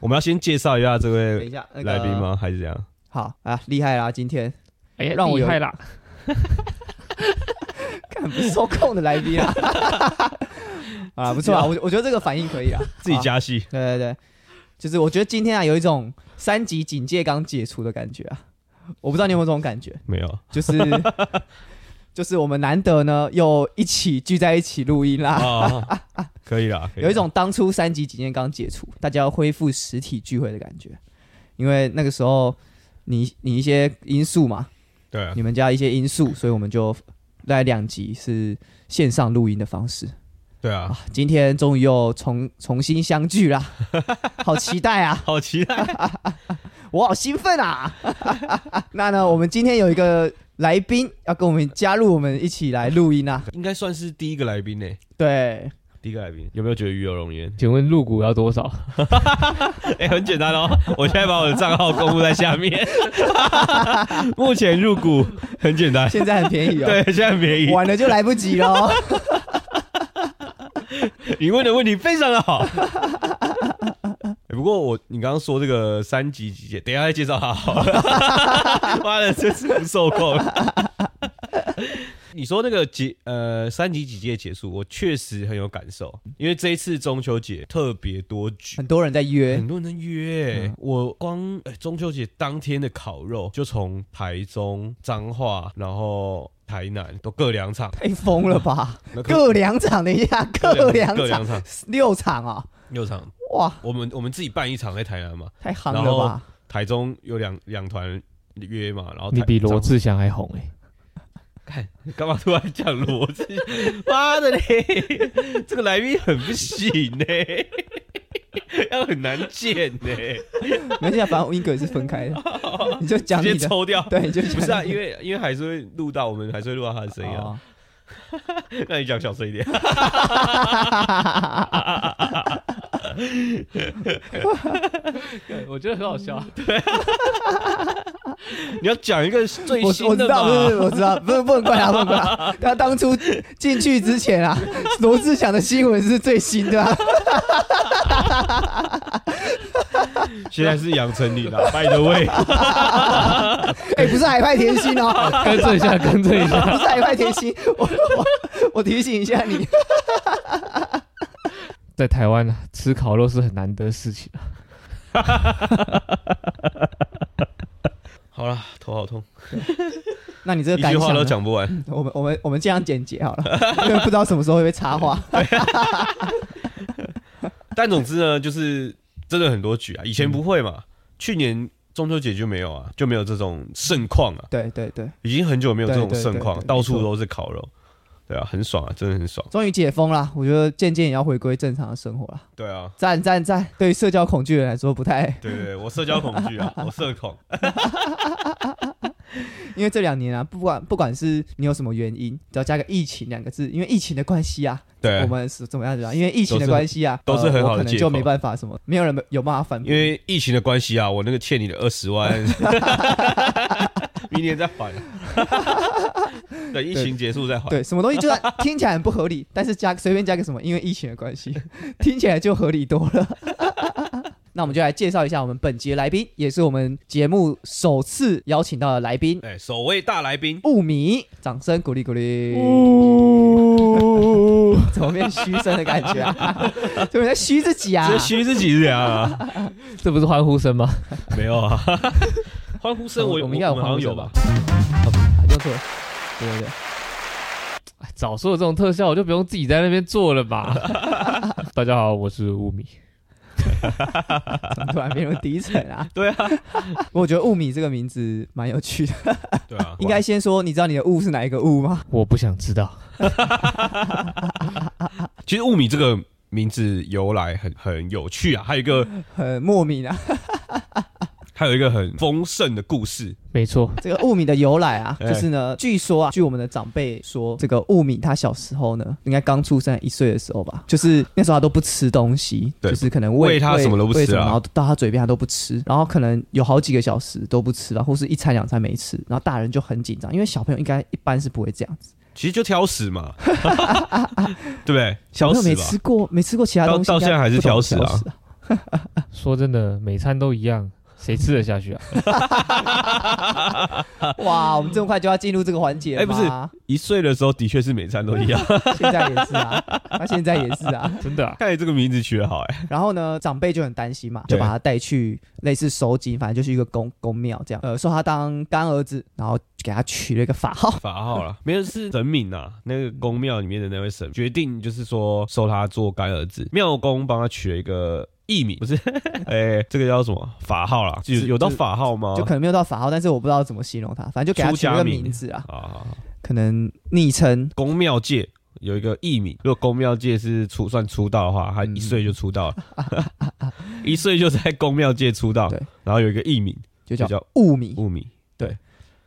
我们要先介绍一下这等一位下，那个来宾吗？还是怎样？好啊，厉害啦！今天 哎、让我厉有害啦！看不受控的来宾啊， 啊，不错啊，我我觉得这个反应可以啊， 自己好加戏，对对对，就是我觉得今天啊有一种三级警戒刚解除的感觉啊，我不知道你有没有这种感觉，没 有就是 就是我们难得呢又一起聚在一起录音啦，啊？可以啦，可以啦有一种当初三级警戒刚解除，大家要恢复实体聚会的感觉，因为那个时候你你一些因素嘛，对啊你们家一些因素，所以我们就来两集是线上录音的方式对啊 啊，，今天终于又重重新相聚啦， 好期待啊！好期待我好兴奋啊！ 那呢，我们今天有一个来宾要跟我们加入，我们一起来录音啊。应该算是第一个来宾呢。对，第一个来宾有没有觉得鱼有容颜？请问入股要多少？ 哎、很简单哦，我现在把我的账号公布在下 面。 目前入股很简单，现在很便宜 哦，对，现在很便宜。晚了就来不及 喽。你问的问题非常的好。 欸不过我，你刚刚说这个三级集结，等一下再介绍他好了。 妈的，真是不受控。 你说那个结呃三级集结结束，我确实很有感受，因为这一次中秋节特别多局，很嗯多人在约很，多人能约欸、我光、欸中秋节当天的烤肉就从台中、彰化，然后台南都各两场，太哎疯了吧？那可各两场，等一下，各 两各两场，场六场啊！六场。哇，我们我们自己办一场在台南嘛，太夯然了后吧？台中有两两团约嘛，然后台你比罗彰志祥还红哎、看 干嘛突然讲罗志？ 妈的嘞，这个来宾很不行呢、 要很难见呢、没关系啊，反正我音格是分开的，你就讲直你接的，抽掉。 对，你就不是啊，因为因为还是会录到，我们还是会录到他的声音啊。哦那你讲小声一点。 哦我觉得很好笑、 你要讲一个最我我新知的道，不嘛？是我知道， 不是不能怪他，不能怪他。他当初进去之前啊， 罗志祥的新闻是最新的、啊， 现在是杨丞琳 啦，拜的位。哎、不是海派甜心 哦，更正一下，更正一 下， 不是海派甜心，我我我提醒一下 你，在台湾啊，吃烤肉是很难得的事情啊。好啦，头好痛，那你这一个感句话想都呢，讲不完。我们我们我们这样简洁好了， 因为不知道什么时候会被插 话。但总之呢，就是真的很多局啊，以前不会嘛，去年中秋节就没有啊，就没有这种盛况啊，对对对，已经很久没有这种对对盛对况，对到处都是烤肉，对啊，很爽啊，真的很爽。终于解封了，我觉得渐渐也要回归正常的生活了。对啊，赞赞赞！对于社交恐惧的人来说不太，对对对，我社交恐惧 啊，我社恐，因为这两年啊，不管不管是你有什么原因，只要加个疫情两个字，因为疫情的关系啊，对啊我，们是怎么样子啊？因为疫情的关系啊，都是呃都是很好的我可能借口就没办法什么，没有人有办法反驳。因为疫情的关系啊，我那个欠你的二十 万，明年再还。等疫情结束再还。对什么东西 就算听起来很不合理，但是加随便加个什么，因为疫情的关系， 听起来就合理多了。 那我们就来介绍一下我们本节来宾，也是我们节目首次邀请到的来宾哎，首位大来宾，雾米，掌声鼓励鼓励。 怎么变虚声的感觉啊？怎么在虚自己啊这？虚自己是怎样啊？这不是欢呼声吗？没有 啊，欢呼声我我们应该有我们好欢像呼声有吧吧？？啊用错了，对对对。哎早说有这种特效，我就不用自己在那边做了吧。 大家好，我是乌米。怎么突然变成低沉啊？对啊， 我觉得“雾米”这个名字蛮有趣的。对啊，应该先说，你知道你的“雾”是哪一个“雾”吗？我不想知道，其实“雾米”这个名字由来很很有趣啊，还有一个很莫名啊。还有一个很丰盛的故事。没错，这个“雾米”的由来啊，哎就是呢，据说啊，据我们的长辈说，这个雾米他小时候呢，应该刚出生一岁的时候吧，就是那时候他都不吃东西，对就是可能喂他什么都不吃啊喂什么然后到他嘴边他都不吃，然后可能有好几个小时都不吃了，或是一餐两餐没吃，然后大人就很紧张，因为小朋友应该一般是不会这样子，其实就挑食 嘛，对不对？小挑朋食友没吧。吃过没吃过其他到东西，到现在还是应该不挑懂食啊挑食啊。说真的，每餐都一样，谁吃得下去啊？ 哇，我们这么快就要进入这个环节了哎不是吗一岁的时候的确是每餐都一 样，现在也是啊，他现在也是啊。真的啊，看来这个名字取得好哎、然后呢，长辈就很担心嘛，就对把他带去类似收金，反正就是一个公公庙这样，呃，收他当干儿子，然后给他取了一个法号。法号啦，没有是神明呐、那个宫庙里面的那位神决定就是说收他做干儿子，庙公帮他取了一个艺名，不 是？哎、这个叫什么法号啦？有是有到法号吗？就可能没有到法号，但是我不知道怎么形容他，反正就给他哦出取家了个名名字啊，啊，可能昵称。宫庙界有一个艺名，如果宫庙界是出算出道的话，他一岁就出道了， 一岁就在宫庙界出道对，然后有一个艺名就就叫叫雾米。雾米，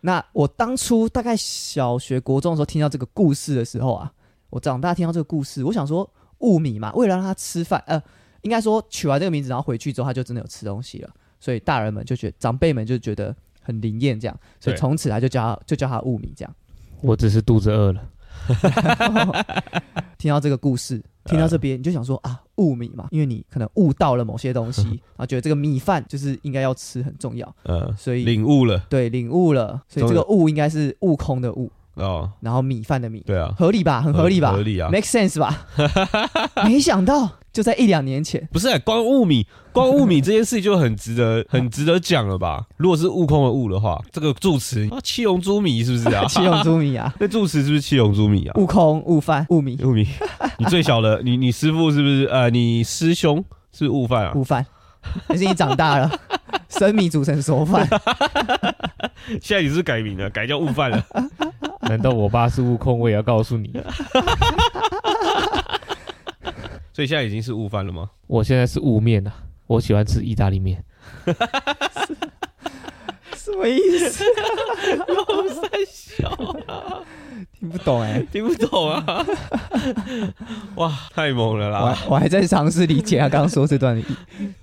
那我当初大概小学、国中的时候听到这个故事的时候啊，我长大听到这个故事，啊我想说雾米嘛，为了让他吃饭，呃，应该说取完这个名字，然后回去之后他就真的有吃东西了，所以大人们就觉得长辈们就觉得很灵验这样，所以对从此他就叫他就叫他雾米这样。 我只是肚子饿了。听到这个故事，听到这边你就想说啊，雾米嘛，因为你可能悟到了某 些东西，然后觉得这个米饭就是应该要吃很重要，呃，所以领悟了对领悟了，所以终这于个悟应该是悟空的悟，哦，然后米饭的米，对啊，合理吧？很合理吧？合理啊 m a，k e sense 吧？没想到就在一两年前，？不是、啊光雾米，光雾米这件事就很值得，很值得讲了吧？如果是悟空的悟的话，这个助词啊，七龙珠米是不是啊 七龙珠米啊，那助词是不是七龙珠米 啊？悟空、悟饭、悟 米、悟米，你最小的，你你师傅是不是？呃，你师兄是悟饭啊？悟饭，可是你长大 了，生米煮成熟饭，现在你是不是改名了，改叫悟饭了。难道我爸是悟空，我也要告诉你？ 所以现在已经是悟饭了吗？我现在是雾面啊，我喜欢吃意大利面。什么意思？哎笑啊，听不懂哎、 听不懂啊！ 哇，太猛了我啦！还我还在尝试理解他刚刚说这段的 意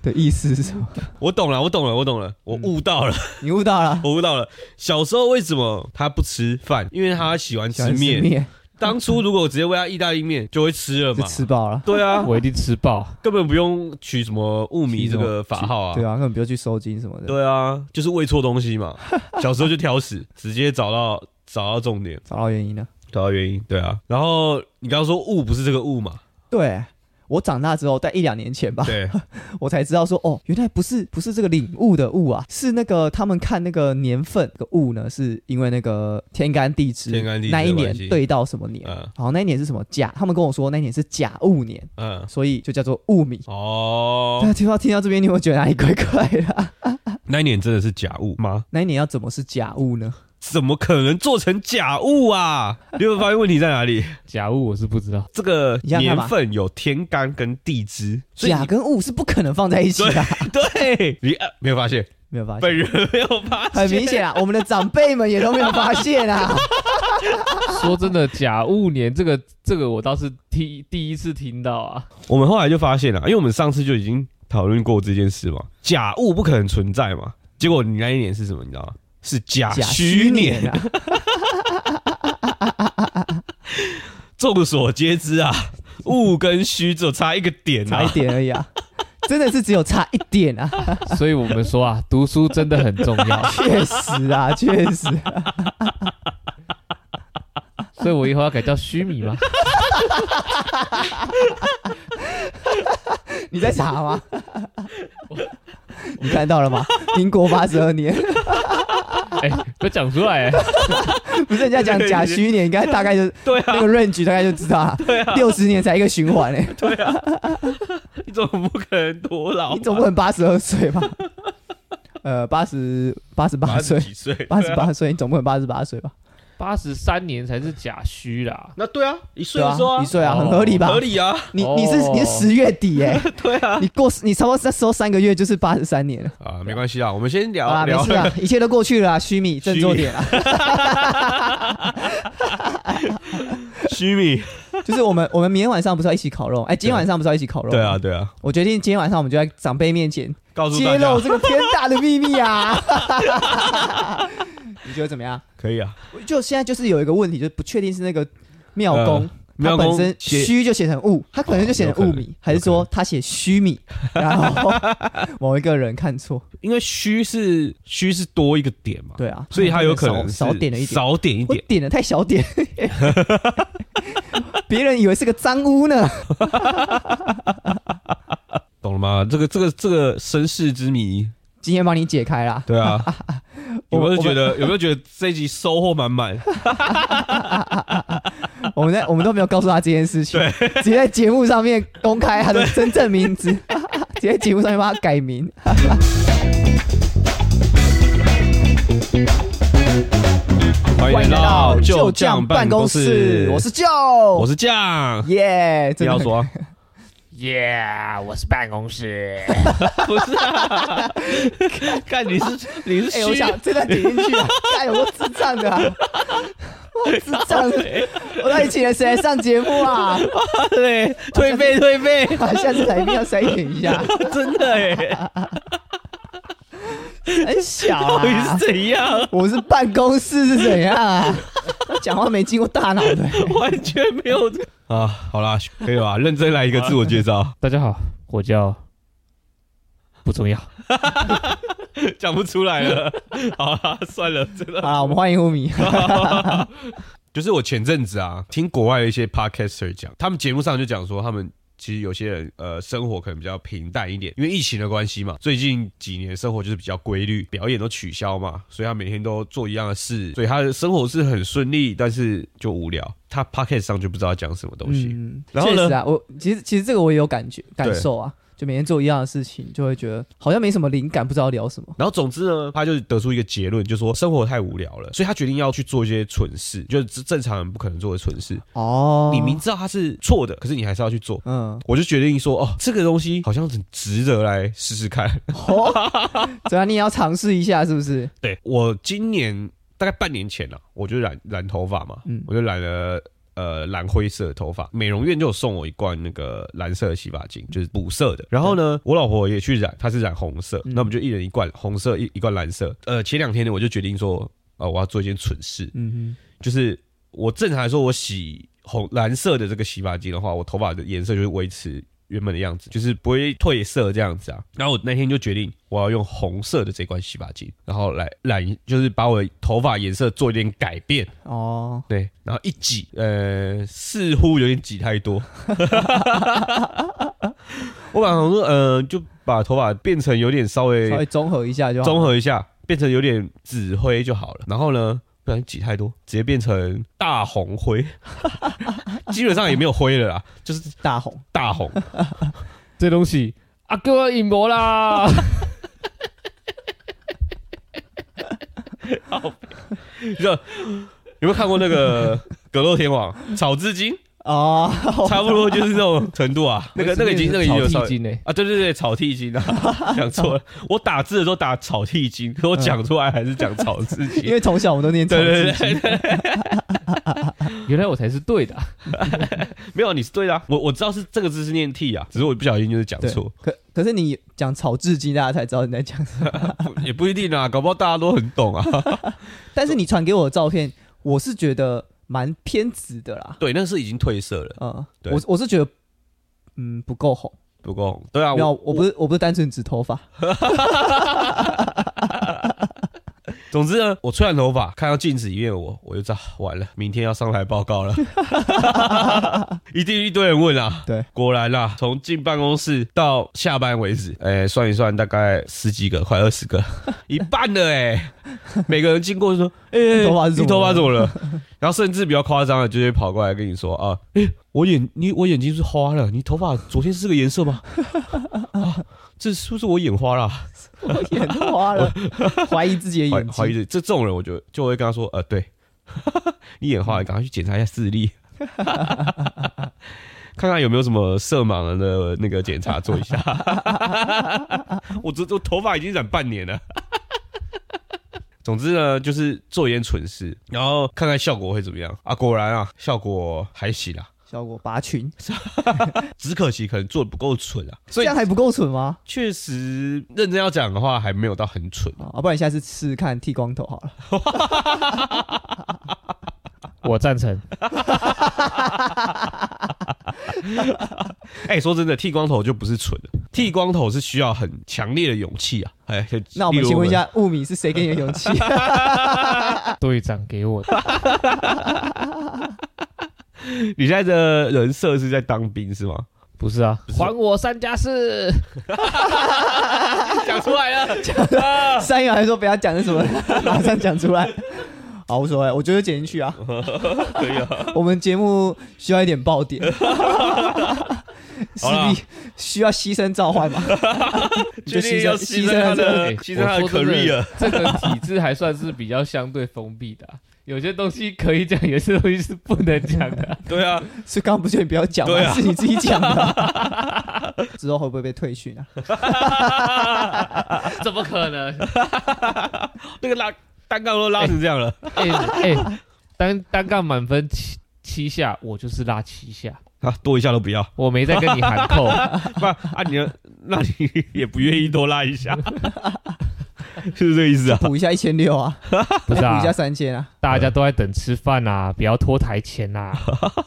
的意思是什么。我懂了，我懂了，我懂了，我悟到了，你悟到了，我悟到了。小时候为什么他不吃饭？因为他喜欢喜吃欢吃面。面当初如果我直接喂他意大利面，就会吃了就嘛。吃饱了， 对啊，我一定吃爆。根本不用取什么物迷这个法号啊对。啊，根本不用去收金什么的，对啊，就是喂错东西 嘛。小时候就挑食，直接找到找到重点，找到原因了。找到原因。对啊，然后你刚刚说悟不是这个悟 嘛？对我长大之后，在一两年前吧，对，我才知道说，哦，原来不是不是这个领悟的悟啊，是那个他们看那个年份，这个悟呢，是因为那个天干地支，天干地支的那一年关系对到什么年，嗯好，那一年是什么甲，他们跟我说那一年是甲戊年，嗯。所以就叫做戊米。哦 大，家听到听到这边，你有没有觉得哪里怪怪的、啊？那一年真的是假物吗？那一年要怎么是甲戊呢？怎么可能做成假物啊？你有没有发现问题在哪里？假物我是不知道，这个你想想年看吧份有天干跟地支，所以甲你跟戊是不可能放在一起的啊、 对你、呃、没有发现，没有发现。本人没有发现，很明显啊，我们的长辈们也都没有发 现啊。说真的，假物年这个这个我倒是第第一次听到啊。我们后来就发现了，因为我们上次就已经讨论过这件事嘛，假物不可能存在嘛。结果你那一年是什么？你知道吗？是假甲虚年，啊，众所皆知啊，物跟虚只有差一个点差一啊。点而已啊，真的是只有差一点啊。所以我们说啊，读书真的很重要。确实啊，确实、所以我以后要改叫虚米吗？ 你在查吗？ 你看到了吗？民国八十二 年，哎、不要讲出来、哎不是人家讲甲戌年，应该大概就 对那啊，个 range 大概就知道了。对啊，六十年才一个循 环哎、欸，对啊，你总不可能多老啊你总不能八十二岁 吧？呃，八十八十八岁，几岁，啊八十八岁，你总不能八十八岁吧？八十三年才是假虚啦。那对啊，一岁对啊的时候，啊一，岁啊，哦很合理吧？合理啊，你你是哦你是十月底哎、 对啊，你过你差不多那时候三个月就是八十三年了。啊，没关系啊，我们先好聊啦，没聊事啦，一切都过去了啦，虚米振作点啦。 虚米， 就是我们我们明天晚上不是要一起烤肉？哎、今天晚上不是要一起烤肉？对啊，，对啊，我决定今天晚上我们就在长辈面前告诉揭大露家这个天大的秘密啊！ 你觉得怎么样？可以啊，呃就现在就是有一个问题，就是不确定是那个庙公、嗯庙它公本身写虚就写成雾，它可能就写哦有可成雾能米，还是说他写虚 米，然后某一个人看错，因为虚是虚是多一个点嘛，对啊，所以它有可能少少是点了一点，少点一我点。点的太小 点，别人以为是个脏污呢。懂了吗？这个这个这个身世之谜，今天帮你解开啦，对啊，有 我没有我觉得有没有觉得这一集收获满 满？我们在我们都没有告诉他这件事情，直接在节目上面公开他的真正名 字，直接在节目上面帮他改名。欢迎来到旧旧将将办办公公室室，，我是旧，我是酱，耶，不真要的说啊 Yeah，我是办公室。不是 啊，看你是你是哎、我虚想真的点进去 啊，哎，我智障的、啊，我智障的，我到底请了谁来上节目啊？对，退费退费，啊下次来一定要筛选一下， 真的哎， 很小 到底是啊。怎样？我是办公室是怎样啊？ 讲话没经过大脑 的、完全没有啊！好啦，可以了吧？认真来一个自我介绍， 大家好，我叫不重要。 讲不出来了。 好啦，算了，真的好啦，我们欢迎乌米。就是我前阵子啊，听国外的一些 podcaster 讲，他们节目上就讲说，他们其实有些人呃生活可能比较平淡一点，因为疫情的关系嘛，最近几年生活就是比较规律，表演都取消嘛，所以他每天都做一样的事，所以他的生活是很顺利，但是就无聊。他 podcast 上就不知道讲什么东西，嗯，然后确呢实啊，我其实其实这个我也有感觉感对受啊，就每天做一样的事情，就会觉得好像没什么灵感，不知道聊什么。然后总之呢，他就得出一个结论，就说生活太无聊了，所以他决定要去做一些蠢事，就是正常人不可能做的蠢事。哦你明知道他是错的，可是你还是要去做。 嗯，我就决定说，哦，这个东西好像很值得来试试看。哦，怎样？你也要尝试一下，是不是？对我今年大概半年前了、我就染染头发嘛，嗯我就染了。呃，蓝灰色的头发，美容院就有送我一罐那个蓝色的洗发精，就是补色的。然后呢，我老婆也去染，她是染红色，嗯那我们就一人一罐红色，一一罐蓝色。呃，前两天呢，我就决定说，呃，我要做一件蠢事，嗯就是我正常来说，我洗红蓝色的这个洗发精的话，我头发的颜色就会维持原本的样子，就是不会褪色这样子啊。然后我那天就决定我要用红色的这罐洗发精，然后来染，就是把我头发颜色做一点改变。哼，哦，对，然后一挤，呃，似乎有点挤太多。 我把想说，呃，就把头发变成有点稍微稍微综合一下就好。综合一下，变成有点紫灰就好了。然后呢，不然挤太多，直接变成大红灰， 基本上也没有灰了啦，就是大红，大红。这东西啊，给我引魔啦！就有没有看过那 个格斗天王草字经？ 哦，差不多就是这种程度啊。那个那个已经那个已经有稍草微地精呢，啊，对对对，草剃经 啊，讲错了。我打字的时候打草剃经，可我讲出来还是讲草字嗯因经。为从小我们都念对对草对字对， 对原来我才是对的啊。没有，你是对的啊、我我知道是这个字是念剃啊，只是我不小心就是讲对错。可可是你讲草字经，大家才知道你在讲什么。 也不一定啊，搞不好大家都很懂 啊。但是你传给我的照片，我是觉得蛮偏紫的啦。对，那是已经褪色了，嗯，对我我是觉得，嗯，不够红。不过对啊，没有，我不是我不是单纯指头发， 总之呢，我吹完头发，看到镜子里面的我，我就知道完了，明天要上台报 告了。一定一堆人问啊，对，果然啦、从进办公室到下班为止，哎、算一算大概十几个，快二十 个，一半了哎、每个人经过就说，哎、你头发是怎么了你头发怎么了？然后甚至比较夸张的，就会跑过来跟你说啊，哎、我眼你我眼睛是花了，你头发昨天是这个颜色吗？啊，这是不是我眼花了、我眼都 花了，怀疑自己的怀眼怀疑睛。的这种人，我就就会跟他说，呃，对， 你眼花了，嗯赶快去检查一下视力， 看看有没有什么色盲的那个检查做一下。 我这我头发已经染半年了。 总之呢，就是做一件蠢事，然后看看效果会怎么样啊！果然啊，效果还行啦，效果拔群，只可惜可能做的不够蠢啊，所这以样还不够蠢吗？确实认真要讲的话，还没有到哦很蠢。啊，不然你下次试试看剃光头好了。我赞成。 哎、说真的，剃光头就不是蠢的，剃光头是需要很强烈的勇气啊。哎，那我例们如请问一，下，物米是谁给你的勇气？ 队长给我的，你现在的人设是在当兵是吗？不是啊，是还我三加四。 讲出来了， 三友还说不要讲是什么，马上讲出来。好，无所谓，我觉得剪进去啊。 可以啊。我们节目需要一点爆点，势好啦必需要牺牲召唤嘛。你就决定要牺牺牲牲他了的 哎牺牲他的啊我说真 career。这个体制还算是比较相对封闭的啊、有些东西可以讲，有些东西是不能讲的啊、对啊，所以刚刚不是你不要讲吗？对啊是你自己讲的啊。 之后会不会被退训啊？ 怎么可能？那个拉单杠都拉成这样了，哎、哎、单单杠满分七七下，我就是拉七下，哎啊，多一下都不要。我没在跟你喊 扣。不然啊，你的 那你也不愿意多拉一下， 是不是这个意思啊？补一下一千六 啊，不是再补啊一下，三千啊。大家都在等吃饭啊，不要拖台前啊。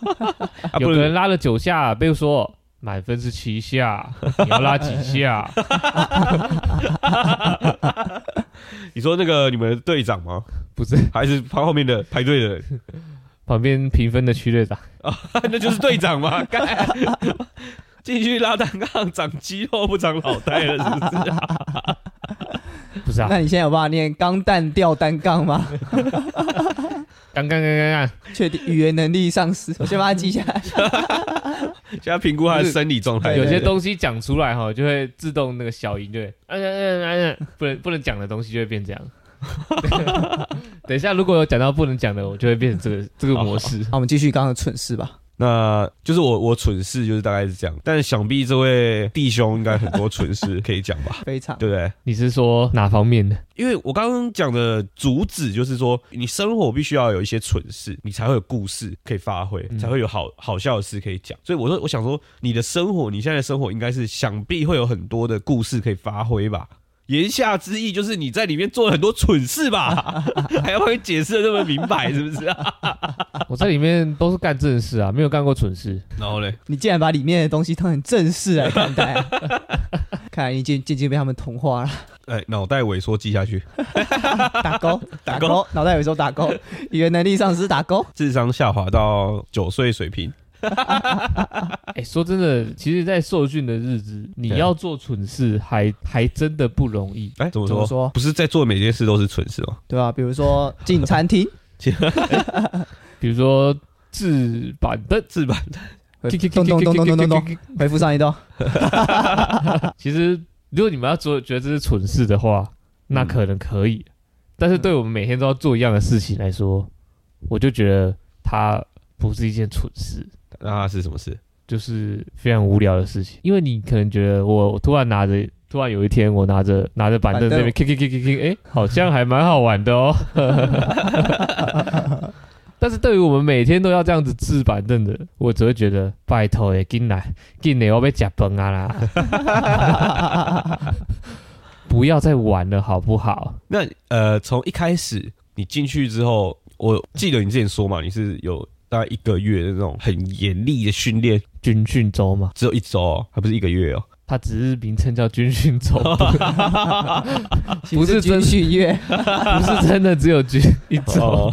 啊，有不个人能拉了九下，被说满分是七下，你要拉几 下？你说那个你们的队长吗？不是还是旁后面的排队的人？旁边评分的区队长， 那就是队长嘛，干进去拉单杠，长肌肉不长脑袋了，是不是、不是啊，那你现在有办法念钢弹吊单杠吗？刚刚刚刚刚。确定语言能力丧失，我先把它记下来。现在评估他的生理状态， 对有些都东西讲出来哈，就会自动那个小音就会，嗯嗯嗯嗯，不能不能讲的东西就会变这样。等一下，如果有讲到不能讲的，我就会变成这个这个模式。好，我们继续刚刚的蠢事吧。那就是我我蠢事就是大概是这样，但想必这位弟兄应该很多蠢事可以讲吧，非常对不对？你是说哪方面的？因为我刚刚讲的主旨就是说，你生活必须要有一些蠢事，你才会有故事可以发挥，嗯才会有好好笑的事可以讲。所以我说，我想说，你的生活，你现在的生活应该是想必会有很多的故事可以发挥吧。言下之意就是你在里面做了很多蠢事 吧，还要帮你解释的这么明白，是不是啊？我在里面都是干正事啊，没有干过蠢事。 然后嘞，你竟然把里面的东西当成正事来看待、啊，看来你渐渐渐被他们同化了。哎，脑袋萎缩记下去，打勾，打打勾勾，脑袋有时候打勾，语言能力丧失打勾。智商下滑到九岁水平，哎、说真的，其实，在受训的日子，你对要做蠢事还还真的不容易。哎，怎么怎么说？说？不是在做每件事都是蠢事哦吗？对吧、啊？比如说进餐厅比如说制板凳，自版会，咚咚咚咚咚咚咚，回复上一道， 其实，如果你们要做觉得这是蠢事的话，那可能可以，但是对我们每天都要做一样的事情来说，我就觉得它不是一件蠢事，那是什么事？就是非常无聊的事情。因为你可能觉得我我突然拿着，突然有一天我拿着拿着板凳板这凳边 K K K K K，哎，好像还蛮好玩 的哦。但是对于我们每天都要这样子置板凳的，我只会觉得拜托诶，进来进来，我被夹崩 啊啦！不要再玩了，好不好？那呃，从一开始你进去之后，我记得你之前说嘛，你是有大概一个月的那种很严厉的训练，军训周嘛，只有一周、哦，还不是一个月 哦。它只是名称叫军训周，不是军真训月，不是真的只有军一哦周。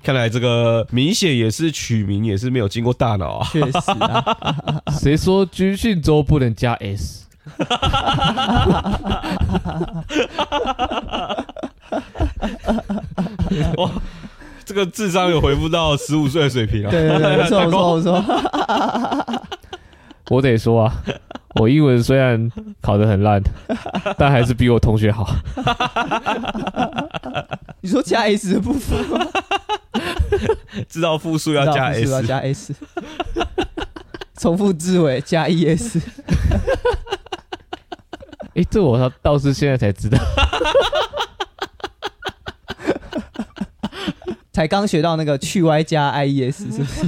看来这个明显也是取名，也是没有经过大脑啊。 确实啊，谁说军训周不能加 s？哇，这个智商有回复到十五岁的水平啊！ 对对对，不错不错不错，我得说啊，我英文虽然考得很烂，但还是比我同学好。你说加 S 的部分啊吗，知道复数要加知 S，道要加 S，重复字尾加 E ES，诶，这我倒倒是现在才知道，才刚学到那个去 Y 加 IES 是不是？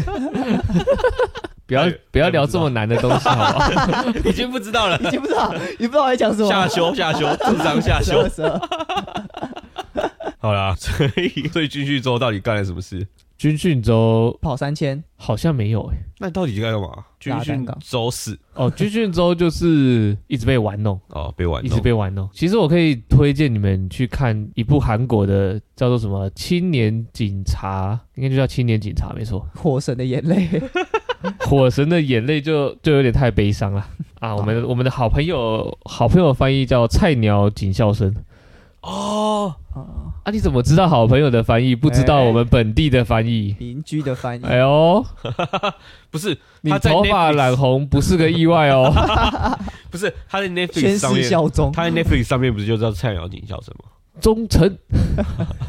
不要哎不要聊这么难的东西，好不好？ 已经不知道了。已经不知道，你不知道我在讲什么。下修下修，智商下十修二。十二好啦，所以所以军训周到底干了什么事？军训周跑三千，好像没有诶、那到底该干嘛？军打训蛋糕周四哦，军训周就是一直被玩弄，哦，被玩一直弄。被玩弄。其实我可以推荐你们去看一部韩国的，叫做什么《青年警察》，应该就叫《青年警察》，没错。火神的眼泪， 《火神的眼泪》就就有点太悲伤了啊！我们我们的好朋友，好朋友翻译叫菜鸟警校生哦，哦啊！你怎么知道好朋友的翻译，不知道哎我们本地的翻译？邻居的翻译。哎呦，不是你他在头发 Netflix 染红不是个意外哦。 不是，他在宣 Netflix 上誓面，效忠，他在 Netflix 上面不是就叫菜鸟警校生吗？忠诚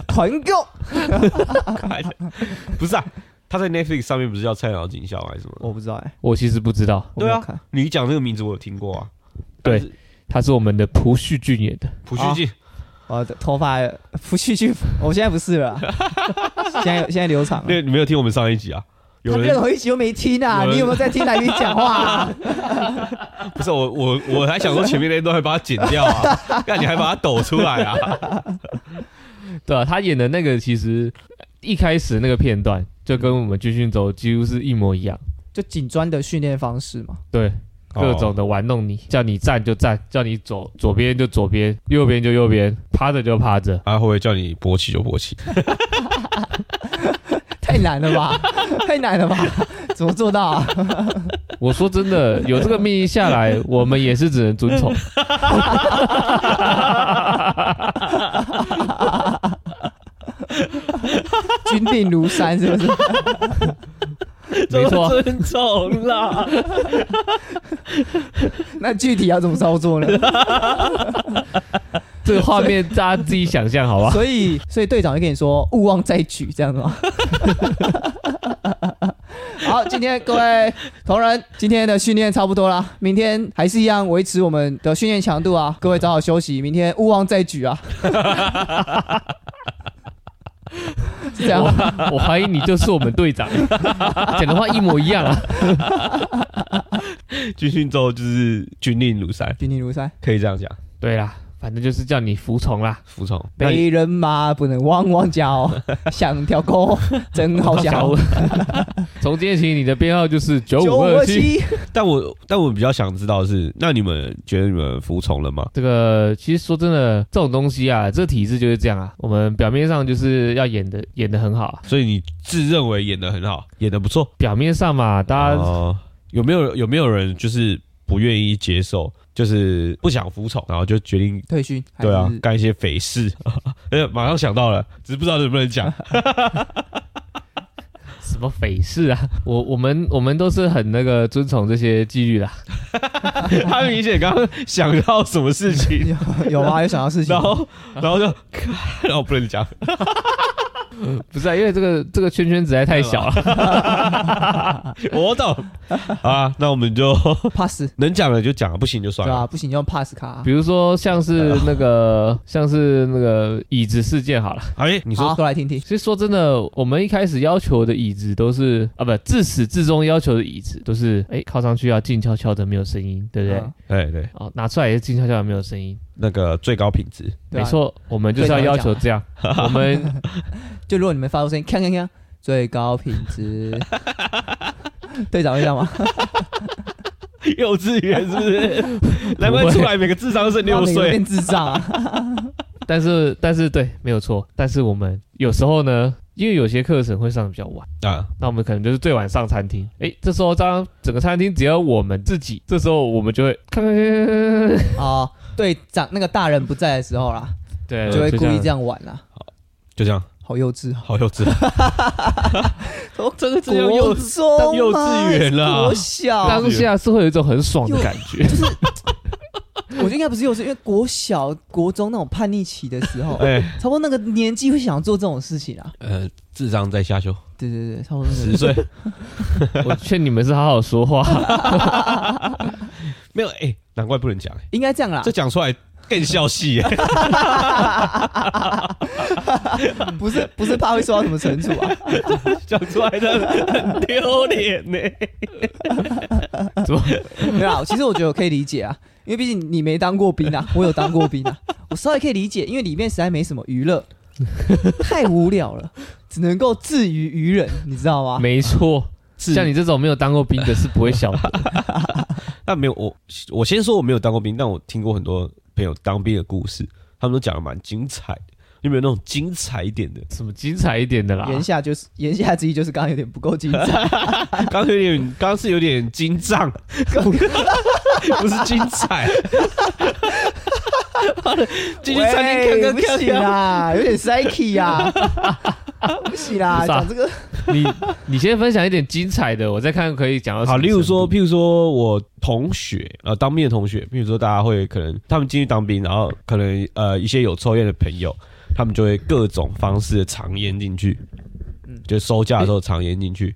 团购， 不是啊，他在 Netflix 上面不是叫菜鸟警校还是什么？我不 知道哎、我其实不知道，我没有对啊看你讲这个名字我有听过啊。对，他是我们的朴叙俊演的。朴叙俊，我的头发不去去，我现在不是了 啊，现在现在留长了。那你没有听我们上一集啊？有他任人何一集都没听啊！有人你有没有在听来宾讲话、啊？ 不是我我我还想说前面那段还把它剪掉啊，那你还把它抖出来啊？对啊，他演的那个其实一开始那个片段就跟我们军训周几乎是一模一样，就紧专的训练方式嘛，对，哦各种的玩弄你，叫你站就站，叫你走左边就左边，右边就右边，趴着就趴着。他啊会不会叫你勃起就勃起？太难了 吧，太难了吧？怎么做到啊？我说真的，有这个命令下来，我们也是只能遵从。军令如山是不是？没错 啊这么尊重啦。那具体要怎么操作呢？这个画面大家自己想象好吧？所以，所以队长就跟你说勿忘再举，这样子吗？ 好，今天各位同仁，今天的训练差不多啦，明天还是一样维持我们的训练强度啊，各位早好休息，明天勿忘再举啊。 是这样吗，我我怀疑你就是我们 队长，讲的话一模一样啊。军训周就是军令如山，军令如山，可以这样讲，对啦，反正就是叫你服从啦。服从。那你背人马不能汪汪叫，想跳高真好笑。 从今天起，你的编号就是九九五五二二七。七，但我但我比较想知道的是，那你们觉得你们服从了吗？这个其实说真的，这种东西啊，这体制就是这样啊。我们表面上就是要演的演的很好啊，所以你自认为演的很好，演的不错。表面上嘛，大家、哦有没有有没有人就是不愿意接受，就是不想服从，然后就决定退训，对啊还是干一些匪事？ 呃，马上想到了，只是不知道能不能 讲。什么匪事啊，我我们我们都是很那个遵从这些纪律啦。他明显刚刚想到什么事 情，有有啊，有想 到事情然，后然后就然后不能讲。不是啊，因为这个这个圈圈实在太小了。我懂啊，那我们就 pass，能讲了就讲，不行就算对了。啊，不行就用 pass 卡啊比。如说像是那个像是那个椅子事件好了。哎，你说好，都来听听。其实说真的，我们一开始要求的椅子都是啊，不，自始至终要求的椅子都是，哎，靠上去要静悄悄的，没有声音，对不对？嗯哎对，哦，拿出来也是静悄悄的，没有声音。那个最高品质，对啊没错，我们就是要要 求这样。我们就如果你们发出声音，锵锵锵，最高品 质。队长会这样吗？ 幼稚园 是不是？难怪不会出来每个智商是六让每个人岁。变智障 啊！但是但是对，没有错。但是我们有时候呢，因为有些课程会上得比较晚，啊，那我们可能就是最晚上餐厅。诶，这时候当整个餐厅只有我们自己，这时候我们 就会看，哦，队长那个大人不在的时候啦，对，就会故意这样。样玩啦，就这样， 好幼稚啊！好幼稚。 哦真的这样幼中啊幼稚园啦国小，当下是会有一种很爽的感觉，我觉得应该不是幼稚，因为国小、国中那种叛逆期的时 候，哎，差不多那个年纪会想做这种事情啊。呃，智商在下修，对对对，差不多那十个。岁哦我劝你们是好好说话。没有哎、难怪不能讲、哎应该这样啦这，讲出来更笑戏、 哎不是不是怕会受到什么惩处啊，讲出来的很丢脸哎呢。 没有啦，其实我觉得我可以理解啊， 因为毕竟你没当过兵啊，我有当过兵啊，我稍微可以理解，因为里面实在没什么娱乐，太无聊了，只能够自娱于人，你知道吗？没错，啊像你这种没有当过兵的是不会晓得。 但没有我，我先说我没有当过兵，但我听过很多朋友当兵的故事，他们都讲的蛮精彩的。有没有那种精彩一点的？什么精彩一点的啦？言下就是言下之意就是刚刚有点不够精 彩，刚刚有 点，刚刚是有点精障，更 不是精 彩。进去餐厅看喂看不看啊行看，啦，有点 psyche 呀，不行啦，不是啊讲这个你你先分享一点精彩的，我再看可以讲啊到什好，么例如说，程度譬如说我同学，呃，当兵的同学，譬如说大家会可能他们进去当兵，然后可能呃一些有抽烟的朋友，他们就会各种方式的藏烟进去，嗯就收假的时候藏烟进去。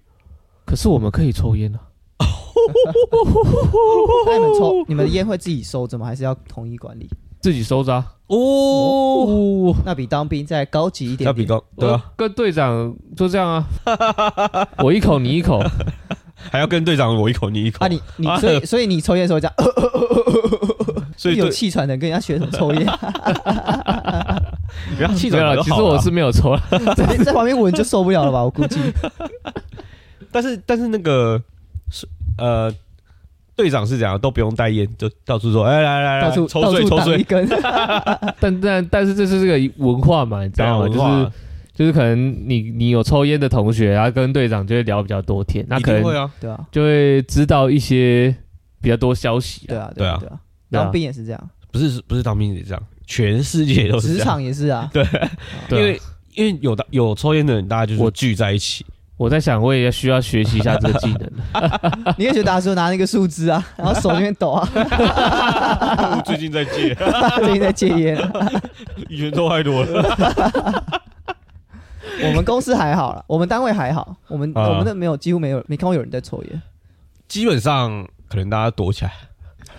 可是我们可以抽烟啊，那你们抽你们的烟会自己收着吗？还是要统一管理？自己收着啊。哦，哦，那比当兵再高级一点要比点。哦高对啊，我跟队长就这样啊， 我一口你一口，还要跟队长我一口你一口啊，，你 你所以所以你抽烟的时候这样， 所以有对气喘的跟人家学什么抽烟，不要气没有场啊啦，其实我是没有 抽啦， 在在旁边闻就受不了了吧？我估计但是但是那个是呃队长是怎样都不用带烟，就到处说 哎来来来到处抽到水处抽挡一水， 根，但但但是这是这个文化嘛，你知道对啊吗？文就化是就是可能你你有抽烟的同学，然后跟队长就会聊比较多天，那一可定能会啊，对啊，就会知道一些比较多消息对啊。啊，对啊，对对啊，当兵也是这样，不是不是当兵也这样，全世界都是职这样，场也是啊，对啊因为因为有的有抽烟的人，大家就是我聚在一 起，我在想，我也需要学习一下这个技 能。啊你也觉得打时候拿那个树枝啊，然后手那边抖啊， 我最近在戒，最近在戒烟。啊以前抽太多了，我们公司还好了，我们单位还好，我们啊我们那没有几乎没有没看过有人在抽烟。基本上可能大家躲起来，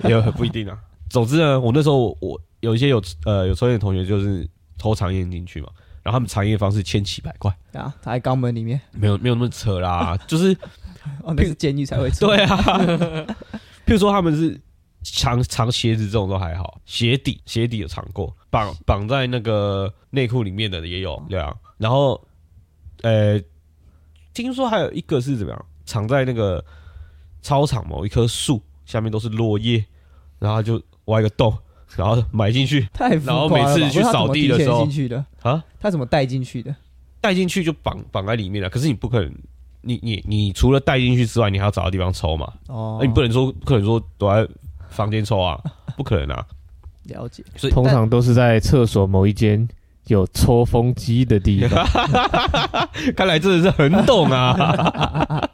也很不一 定啊。总之呢，我那时候我我有一些有呃有抽烟的同学，就是抽长烟进去嘛，然后他们长烟方式千奇百怪，啊，他在肛门里面，没有没有那么扯 啦，就是哦，那是监狱才会 抽。对啊，譬如说他们是藏藏鞋子这种都还好，鞋底鞋底有藏过，绑绑在那个内裤里面的也有，对啊。然后，呃，听说还有一个是怎么样，藏在那个操场某一棵树下面都是落叶，然后他就挖一个洞，然后埋进去太浮夸了吧。然后每次去扫地的时候不知道他怎么提前进去的，啊，他怎么带进去的？带进去就绑绑在里面了。啊可是你不可能。你你你除了带进去之外，你还要找到地方抽嘛？哦哎那，你不能说不可能说躲在房间抽 啊，不可能啊。了解。对通常都是在厕所某一间有抽风机的地 方。 看来真的是很懂 啊。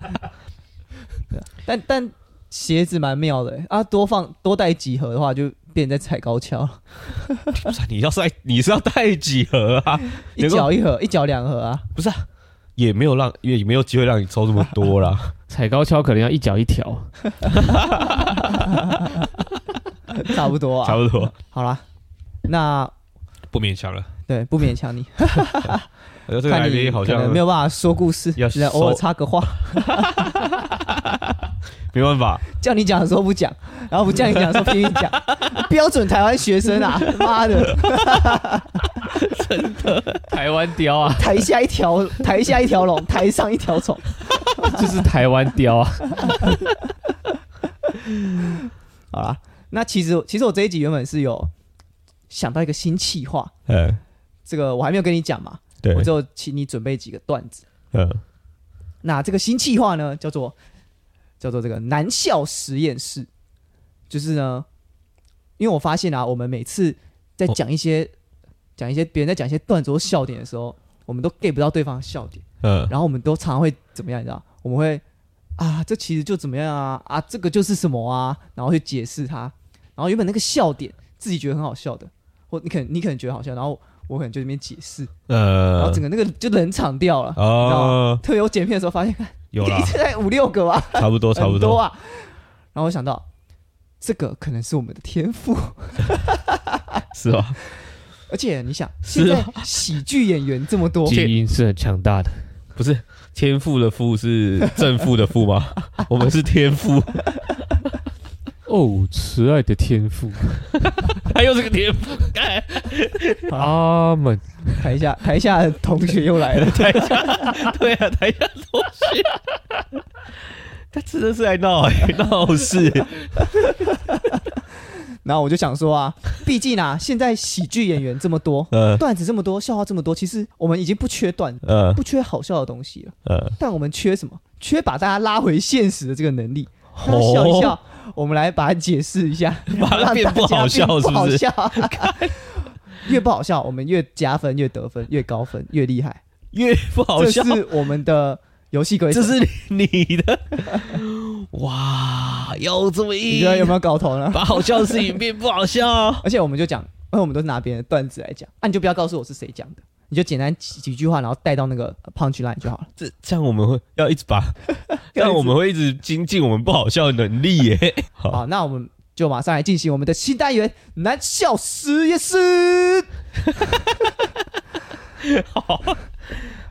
但但鞋子蛮妙的欸啊，多放多带几盒的话，就变成在踩高跷了，不是啊你要是带你是要带几盒啊？一脚一盒，一脚两盒 啊。也没有让也没有机会让你抽这么多啦。踩高跷可能要一脚一条，差不 多差啊。不多，好啦，那不勉强了。对不勉强你，我觉得这个看来你宾好可能像没有办法说故事，要只能偶尔收插个话，没办法，叫你讲的时候不讲，然后不叫你讲的时候拼命 讲，标准台湾学生啊，妈的，台湾雕 啊，台下一条台下一条龙，台上一条虫。就是台湾雕 啊。好啦，那其实其实我这一集原本是有想到一个新企划，嗯，这个我还没有跟你讲嘛，对我就请你准备几个段子。嗯，那这个新计划呢，叫做叫做这个男校实验室，就是呢，因为我发现啊，我们每次在讲一些讲、一些别人在讲一些段子或笑点的时候，我们都 get 不到对方的笑点，嗯，然后我们都常常会怎么样，你知道？我们会啊，这其实就怎么样啊啊，这个就是什么啊，然后去解释它，然后原本那个笑点自己觉得很好笑的，或你可能你可能觉得好笑，然后我可能就在那边解释，然后呃整，个那个就冷场掉了。哦，特别我剪片的时候发 现，有 一啦，次才五六个吧， 差不多，差不很多多，啊。然后我想到，这个可能是我们的天赋， 是吧？而且你想，是啊现在喜剧演员这么 多，基因是很强大的，不是 天赋的赋是正负的负吗？我们是天赋，哦，慈爱的天父， 他又是个天赋，干啊阿门。台下台下的同学又来了， 台下，对啊，台下同学，他真的是来闹哎、闹 事。然后我就想说啊，毕竟啊，现在喜剧演员这么多，呃段子这么多，笑话这么多，其实我们已经不缺段，呃不缺好笑的东西了，呃，但我们缺什么？缺把大家拉回现实的这个能力。大家笑一笑，哦我们来把它解释一下， 把它让变大不家好笑变是不不好是笑 啊越不好笑，我们越加分，越得分，越高分，越厉害。越不好笑，这是我们的游戏规则。这是你的。哇，要这么你硬觉，得有没有搞头 呢？把好笑的事情变不好 笑？而且我们就讲，因为我们都是拿别人的段子来讲，啊，你就不要告诉我是谁讲的，你就简单几几句话，然后带到那个 punch line 就好了。这这样我们会要一直 把，这样我们会一直精进我们不好笑的能力耶。 好，好，那我们就马上来进行我们的新单元——难笑实验室。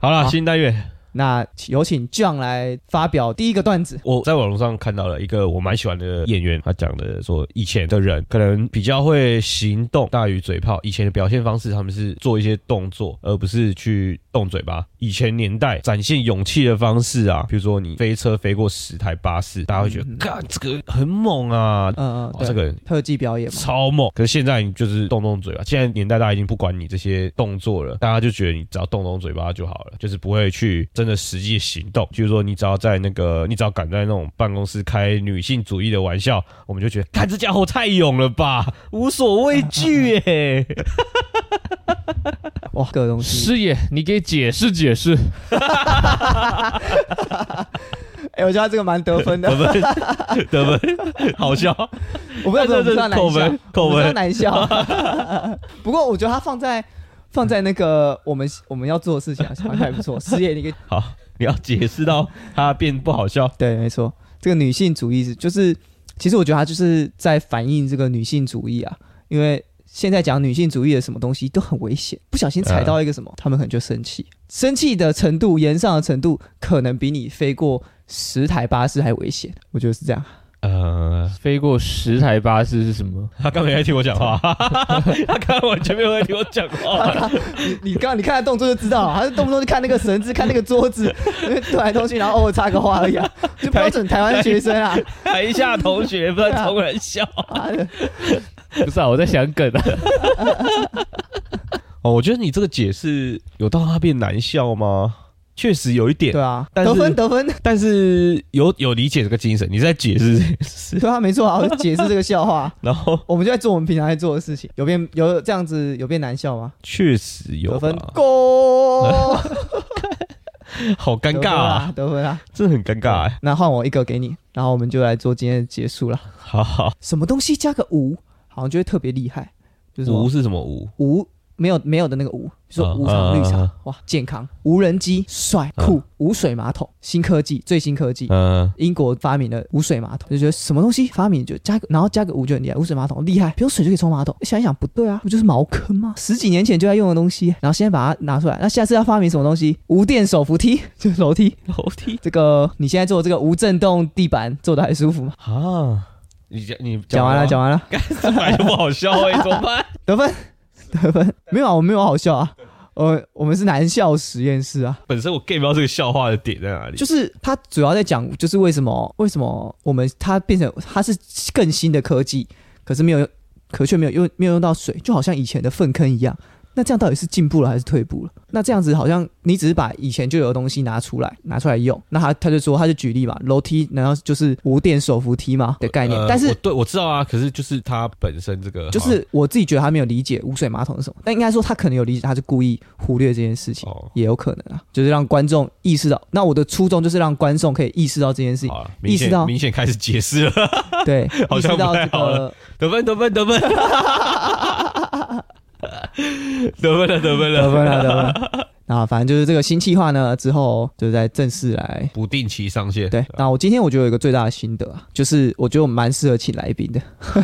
好了，好新单元，那有请 John 来发表第一个段子。我在网络上看到了一个我蛮喜欢的演员，他讲的说，以前的人可能比较会行动大于嘴炮，以前的表现方式他们是做一些动作，而不是去动嘴巴。以前年代展现勇气的方式啊，比如说你飞车飞过十台巴士，大家会觉得嗯，干、这个很猛啊，嗯嗯，哦对，这个人特技表演嘛。超猛。可是现在你就是动动嘴巴，现在年代大家已经不管你这些动作了，大家就觉得你只要动动嘴巴就好了，就是不会去真的实际行动。就是说，你只要在那个，你只要敢在那种办公室开女性主义的玩笑，我们就觉得，看这家伙太勇了吧，无所畏惧耶、 哇，各个东西。师爷，你给解释解释。 哎、我觉得他这个蛮得分 的。得分，好笑，我不知道这 这这知道是难扣笑分，，扣我不知道分。难笑。 不过我觉得他放在放在那个我们我们要做的事情啊，好像还不错。事业 一个好，你要解释到他变不好笑，对，没错，这个女性主义是就是，其实我觉得他就是在反映这个女性主义啊，因为现在讲女性主义的什么东西都很危险，不小心踩到一个什嗯么，他们可能就生气，生气的程度、延上的程度，可能比你飞过十台巴士还危险。我觉得是这样。呃，飞过十台巴士是什么？他刚没在听我讲 话，他刚刚完全没有在听我讲话。你刚你看他动作就知道了，他是动不动就看那个绳子，看那个桌子， 动来动去，然后偶尔插个话而已、啊，就标准台湾学生啊。 台下同学不知道从人笑。 妈的不是啊，我在想梗啊。哦，我觉得你这个解释有到他变难笑吗？确实有一点对，啊，但是得分得分，但是有有理解这个精神。你在解释 这件事，对啊，没错啊，我解释这个 笑话。然后我们就在做我们平常在做的事情，有变有这样子有变难笑吗？确实有啊得分吧，够，好 尴尬啊，得分啊！真的很尴尬哎。那换我一个给你，然后我们就来做今天的结束了。好好，什么东西加个无，好像就会特别厉害，就是无无是什么无？无没有没有的那个无，就说嗯无糖嗯绿茶，嗯哇，健康，无人机帅嗯酷，无水马桶，新科技最新科技。嗯英国发明了无水马桶，就觉得什么东西发明就加个，然后加个无就很厉害，无水马桶厉害，不用水就可以冲马桶。想一想不对啊，不就是茅坑吗？十几年前就在用的东西，然后现在把它拿出来，那下次要发明什么东西？无电手扶梯， 就是楼梯。楼梯这个你现在做这个无震动地板做的还舒服吗？啊，你讲你讲完了，讲完了，完 了，本来就不好笑哎，怎么办？ 得分，得分，没有啊，我没有好笑啊，我我们是男校实验室啊。本身我 get 不到这个笑话的点在哪里，就是他主要在讲，就是为什么为什么我们它变成它是更新的科技，可是没有用，可却没有用没有用到水，就好像以前的粪坑一样。那这样到底是进步了还是退步了？那这样子好像你只是把以前就有的东西拿出来拿出来用，那他他就说他就举例嘛，楼梯难道就是无电手扶梯吗的概念？呃但是我对我知道啊，可是就是它本身这个就是我自己觉得他没有理解无水马桶是什么，但应该说他可能有理解，他是故意忽略这件事情，哦，也有可能啊，就是让观众意识到。那我的初衷就是让观众可以意识到这件事情，好了，意明识到显明显开始解释了， 对，好意识像不到太这好个得分得分得分， 得分了得分了，得分了，得分了。那反正就是这个新计划呢，之后就再正式来。不定期上线。对，那我今天我觉得有一个最大的心得啊，就是我觉得我蛮适合请来 宾的，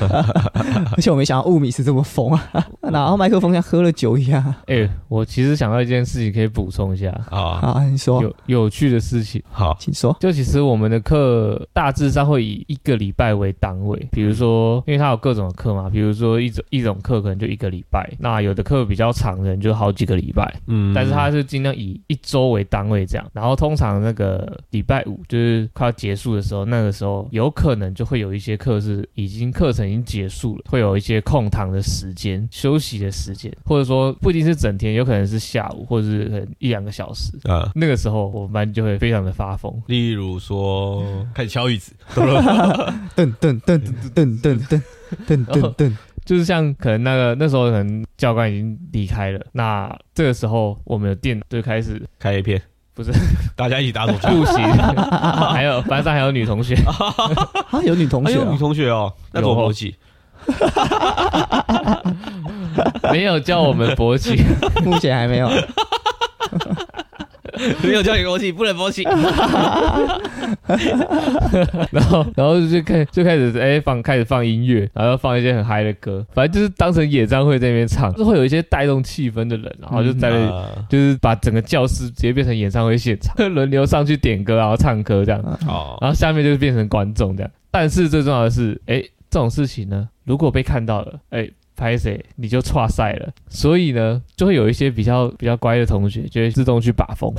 而且我没想到物米是这么 疯啊，然后麦克风像喝了酒一样啊 哎、我其实想到一件事情可以补充一下，啊，啊！你说，有有趣的事情。好，请说。就其实我们的课大致上会以一个礼拜为单位，比如说，因为它有各种的课嘛，比如说一种一种课可能就一个礼拜，那有的课比较长的人就好几个礼拜，嗯但是它是尽量以一周为单位这样。然后通常那个礼拜五就是快要结束的时候，那个时候有可能就会有一些课是已经课程已经结束了，会有一些空堂的时间、休息的时间，或者说不一定是整天，有可能是下午或者是可能一两个小时。啊，那个时候我们班就会非常的发疯，例如说开始敲椅子，噔噔噔噔噔噔噔噔噔噔，就是像可能那个那时候可能教官已经离开了，那这个时候我们的电脑就开始开 A 片，不是大家一起打手枪。不行，还有班上还有女同学，啊，有女同哎学呦，啊女同学哦，那怎么勃起？没有叫我们勃起，目前还没有。没有叫你勃起，不能勃起。 然后然后就开就开始哎放开始放音乐，然后放一些很嗨的歌，反正就是当成野战会在那边唱，就是会有一些带动气氛的人，然后就在那里啊就是把整个教室直接变成演唱会现场，轮流上去点歌，然后唱歌这样。啊好，然后下面就是变成观众这样。但是最重要的是，哎，这种事情呢，如果被看到了，哎，拍谁你就岔赛了。所以呢，就会有一些比较比较乖的同学，就会自动去把风。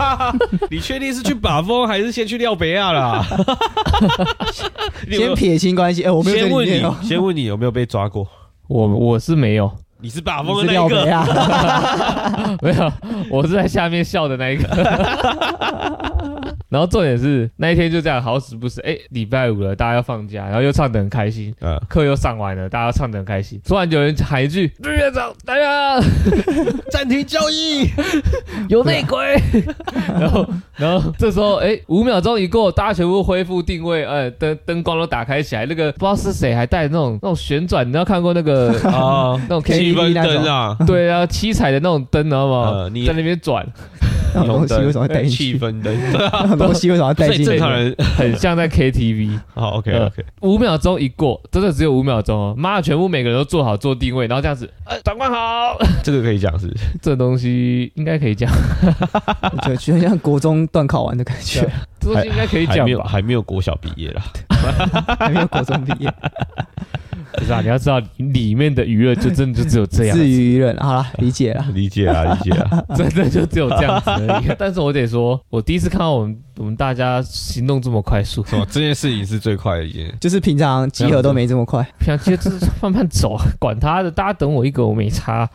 你确定是去把风还是先去廖北亚啦？你有没先有撇清关系，哎，我没有在先里问面哦。你，先问你有没有被抓过？我我是没有，你是把你风是的那廖一北个， 啊？ 没有，我是在下面笑的那一个。 然后重点是那一天就这样，好死不死，哎，礼拜五了，大家要放假，然后又唱得很开心，嗯课又上完了，大家唱得很开心。突然有人喊一句：“日院长，大家 暂停交易。 有内鬼。 然后，然后这时候，哎，五秒钟一过，大家全部恢复定位，哎，灯灯光都打开起来。那个不知道是谁还带那种那种旋转，你知道看过那个啊， 那种 K 气 KTV 氛那种灯啊，对啊七彩的那种灯，知道吗呃？你哦在那边 转，那种东西为什么要带进气去？氛 灯，那种东西为什么要带所以进正去？常 人很像在 KTV。好 OK OK，五秒钟一过，真的只有五秒钟哦！妈，全部每个人都做好做定位，然后这样子， 呃，长官好，这个可以讲是不是这东西应该可以 讲， 就就像国中段考完的感觉，这东西应该可以还讲没有吧？还没有国小毕业 啦， 还没有国中毕业，不是啊，你要知道里面的娱乐就真的就只有这样子至于于人，好了，理解了。理解啊理解 啊， 真的就只有这样子而已。 但是我得说，我第一次看到我们我们大家行动这么快速，什么哦这件事情是最快的一件，就是平常集合都没这么快，想接着慢慢走，管他的，大家等我一个，我没 差，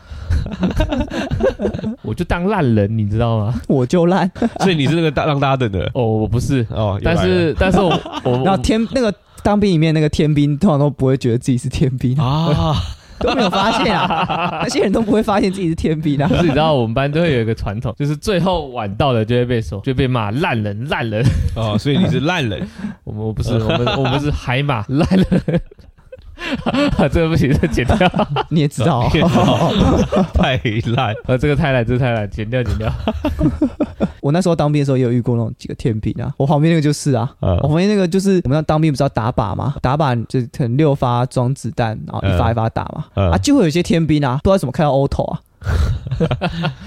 我就当烂人，你知道吗？我就烂。所以你是那个大让大家等的哦，我不是，哦，又来但了是但是我 我然后我天那个当兵里面那个天兵，通常都不会觉得自己是天 兵，啊，都没有发现啊，那些人都不会发现自己是天兵啊不。是你知道，我们班都会有一个传统， 就是最后晚到了就会被说，就被骂烂人烂人。 哦，所以你是烂 人，我们我不是我们我们是海马烂人。 啊这个不行，这剪掉。 你也知道啊，太烂，呃，这个太烂，这个太烂，剪掉，剪掉。 我那时候当兵的时候也有遇过那种几个天兵啊，我旁边那个就是啊，嗯我旁边那个就是我们要当兵不是要打靶嘛，打靶就是可能六发装子弹，然后一发一发打嘛，嗯啊就会有一些天兵啊，不知道怎么看到 auto 啊，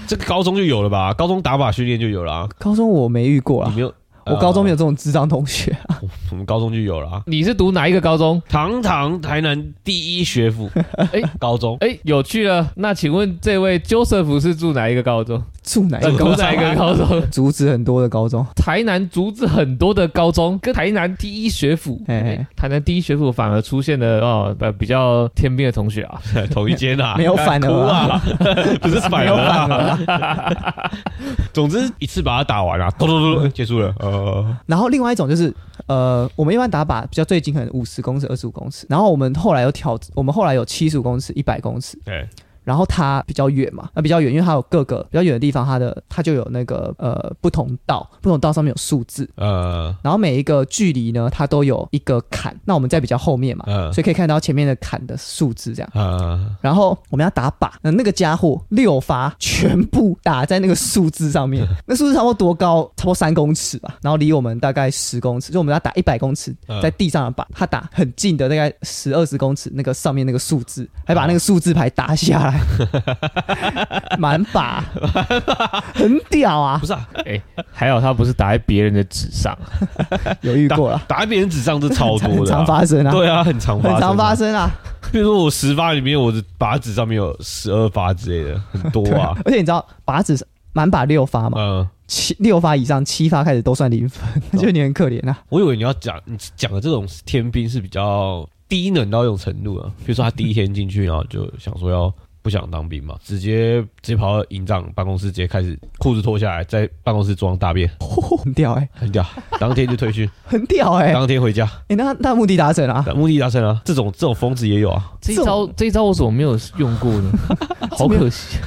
这个高中就有了吧？高中打靶训练就有了啊，高中我没遇过你啊，没有？我高中没有，有这种智障同学啊，我们高中就有了啊。你是读哪一个高中？堂堂台南第一学府，哎，高中 哎，有趣了。那请问这位 Joseph 是住哪一个高中？住哪一个呃高中读哪一个啊？高中？ 竹子很多的高中，台南竹子很多的高中，跟台南第一学府。嘿嘿哎台南第一学府反而出现了哦，呃比较天兵的同学啊。 同一间啊，没有反哭额啊啊， 不是反没了有反了啊。啊。总之一次把它打完啊，咚咚咚咚，结束了。呃，然后另外一种就是，呃，我们一般打靶比较最近可能五十公尺、二十五公尺，然后我们后来有挑，我们后来有七十五公尺、一百公尺，对，然后它比较远嘛，那比较远，因为它有各个比较远的地方，它的它就有那个呃不同道，不同道上面有数字，呃然后每一个距离呢，它都有一个坎。那我们在比较后面嘛，嗯所以可以看到前面的坎的数字这样。呃，然后我们要打靶，那那个家伙六发全部打在那个数字上 面，那数字差不多多高，差不多三公尺吧，然后离我们大概十公尺，就我们要打一百公尺，嗯在地上的靶，他打很近的，大概十二十公尺，那个上面那个数字，还把那个数字牌打下来， 满靶，很屌啊不！是啊，哎、还好他不是打在别人的纸上，有遇打过了，打在别人纸上这超很多的常啊，发生啊，对啊，很常发生很啊，常发生啊。比如说我十发里面，我的靶纸上面有十二发之类的，很多对 啊。而且你知道靶子是满靶六发嘛，嗯，七六发以上七发开始都算零分，哦 就你很可怜啊。我以为你要讲你讲的这种天兵是比较低能到一种程度啊，比如说他第一天进去，然后就想说要不想当兵嘛，直接直接跑到营长办公室，直接开始裤子脱下来，在办公室装大便，很屌哎、很屌，当天就退 训，很屌哎、欸，当天回家，哎、那那目的达成啊，目的达成啊。这种这种疯子也有啊，这一招这一招我怎么没有用过呢？好可惜，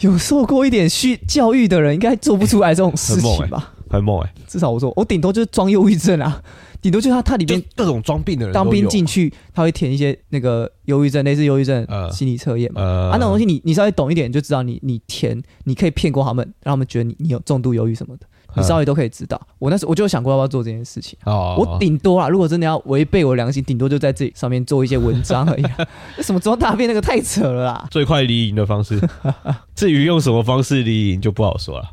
有受过一点训教育的人应该做不出来这种事情吧？很猛哎、至少我说，我顶多就是装忧郁症啊，顶多就是他他里就面各种装病的人都有当兵进去，他会填一些那个忧郁症，类似忧郁症呃心理测验嘛。呃啊，那种东西你你稍微懂一点，你就知道你你填，你可以骗过他们，让他们觉得你你有重度忧郁什么的，嗯你稍微都可以知道。我那时候我就想过要不要做这件事情。哦，我顶多啊，如果真的要违背我良心，顶多就在这里上面做一些文章而已、 啊。那什么装大便那个太扯了啦！最快离营的方 式，至于用什么方式离营就不好说了，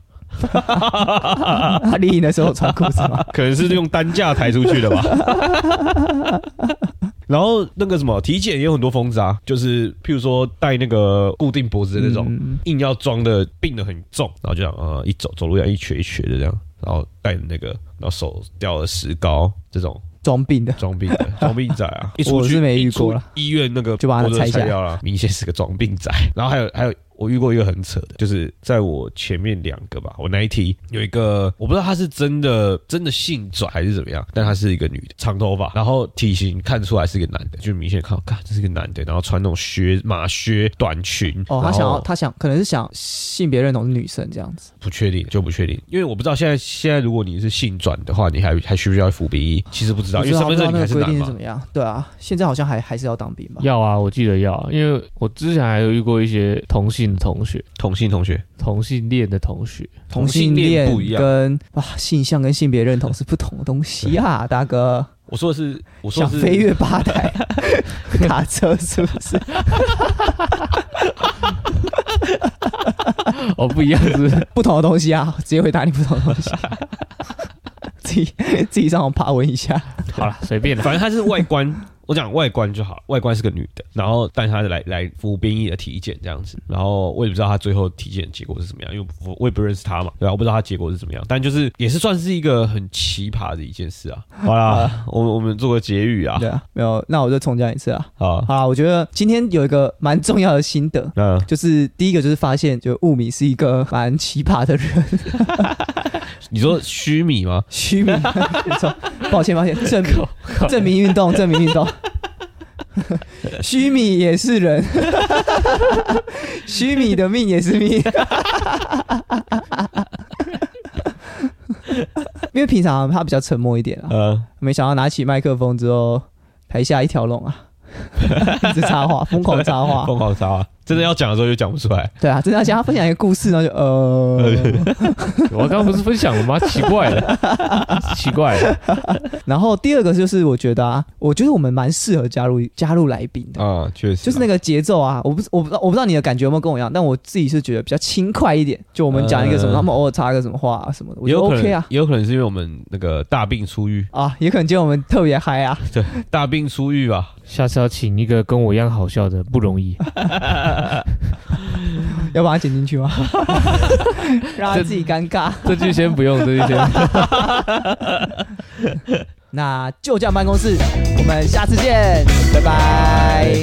他离营的时候穿裤子 吗？可能是用担架抬出去的 吧。然后那个什么体检也有很多疯子啊，就是譬如说戴那个固定脖子的那种，嗯硬要装的病得很重，然后就这样呃一走走路要一瘸一瘸的这样，然后戴那个然后手掉了石膏这种装病的，装病的装病仔啊，一出 我去是没遇一出过啦医院那个就把它脖子拆下来掉了，啊明显是个装病仔。 然后还有还有。我遇过一个很扯的，就是在我前面两个吧，我那一题有一个，我不知道她是真的真的性转还是怎么样，但她是一个女的，长头发，然后体型看出来是个男的，就明显看，看这是个男的，然后穿那种靴马靴短裙，哦，他然后想要，他想，可能是想性别认同是女生这样子。不确定，就不确定，因为我不知道现在现在如果你是性转的话，你还还需不需要服兵役？其实不知道，不因知为道身份证你不还知是道那男个规定是嘛怎。么样？对啊，现在好像还还是要当兵吧？要啊，我记得要啊，因为我之前还有遇过一些同性同学、同性同学，同性恋的同学，同性恋不一样。跟啊性向跟性别认同是不同的东西啊，大哥。我说的是，我说想的是飞跃吧 台 卡车是不是？哦，不一样是不是不同的东西啊， 直接回答你不同的东西。 自己自己上网爬文一下，好了，随便了。反正她是外观， 我讲外观就好，外观是个女的，然后但她来来服兵役的体检这样子，然后我也不知道她最后体检结果是怎么样，因为我我也不认识她嘛，对吧、啊我不知道她结果是怎么样，但就是也是算是一个很奇葩的一件事 啊。好啦，我们我们做个结语啊，对啊，没有，那我就重讲一次啊。好，好啦，我觉得今天有一个蛮重要的心得，那就是第一个就是发现，就物米是一个蛮奇葩的人，你说虚米吗？虚名， 没错，抱歉抱歉，证明 证明运动，证明运动。 虚米也是人，虚米的命也是命。因为平常他比较沉默一点啊，呃，没想到拿起麦克风之后，台下一条龙啊，一直插话，疯狂插 话。疯狂插话，啊真的要讲的时候就讲不出来。对啊，真的要讲他分享一个故事，然后就呃，我刚刚不是分享了吗？奇怪了，奇怪了。然后第二个就是我觉得啊，我觉得我们蛮适合加入加入来宾的。啊，确实啊，就是那个节奏啊，我不是我不知道我不知道你的感觉有没有跟我一样，但我自己是觉得比较轻快一点。就我们讲一个什么，呃他们偶尔插个什么话、啊、什么的，我也觉得有可能 OK 啊也有可能是因为我们那个大病初愈，啊，也可能今天我们特别嗨啊，大病初愈吧。下次要请一个跟我一样好笑的，不容 易。要把它剪进去吗？ 让他自己尴尬。这句先不用，这句先。那就这样办公室，我们下次见，拜拜。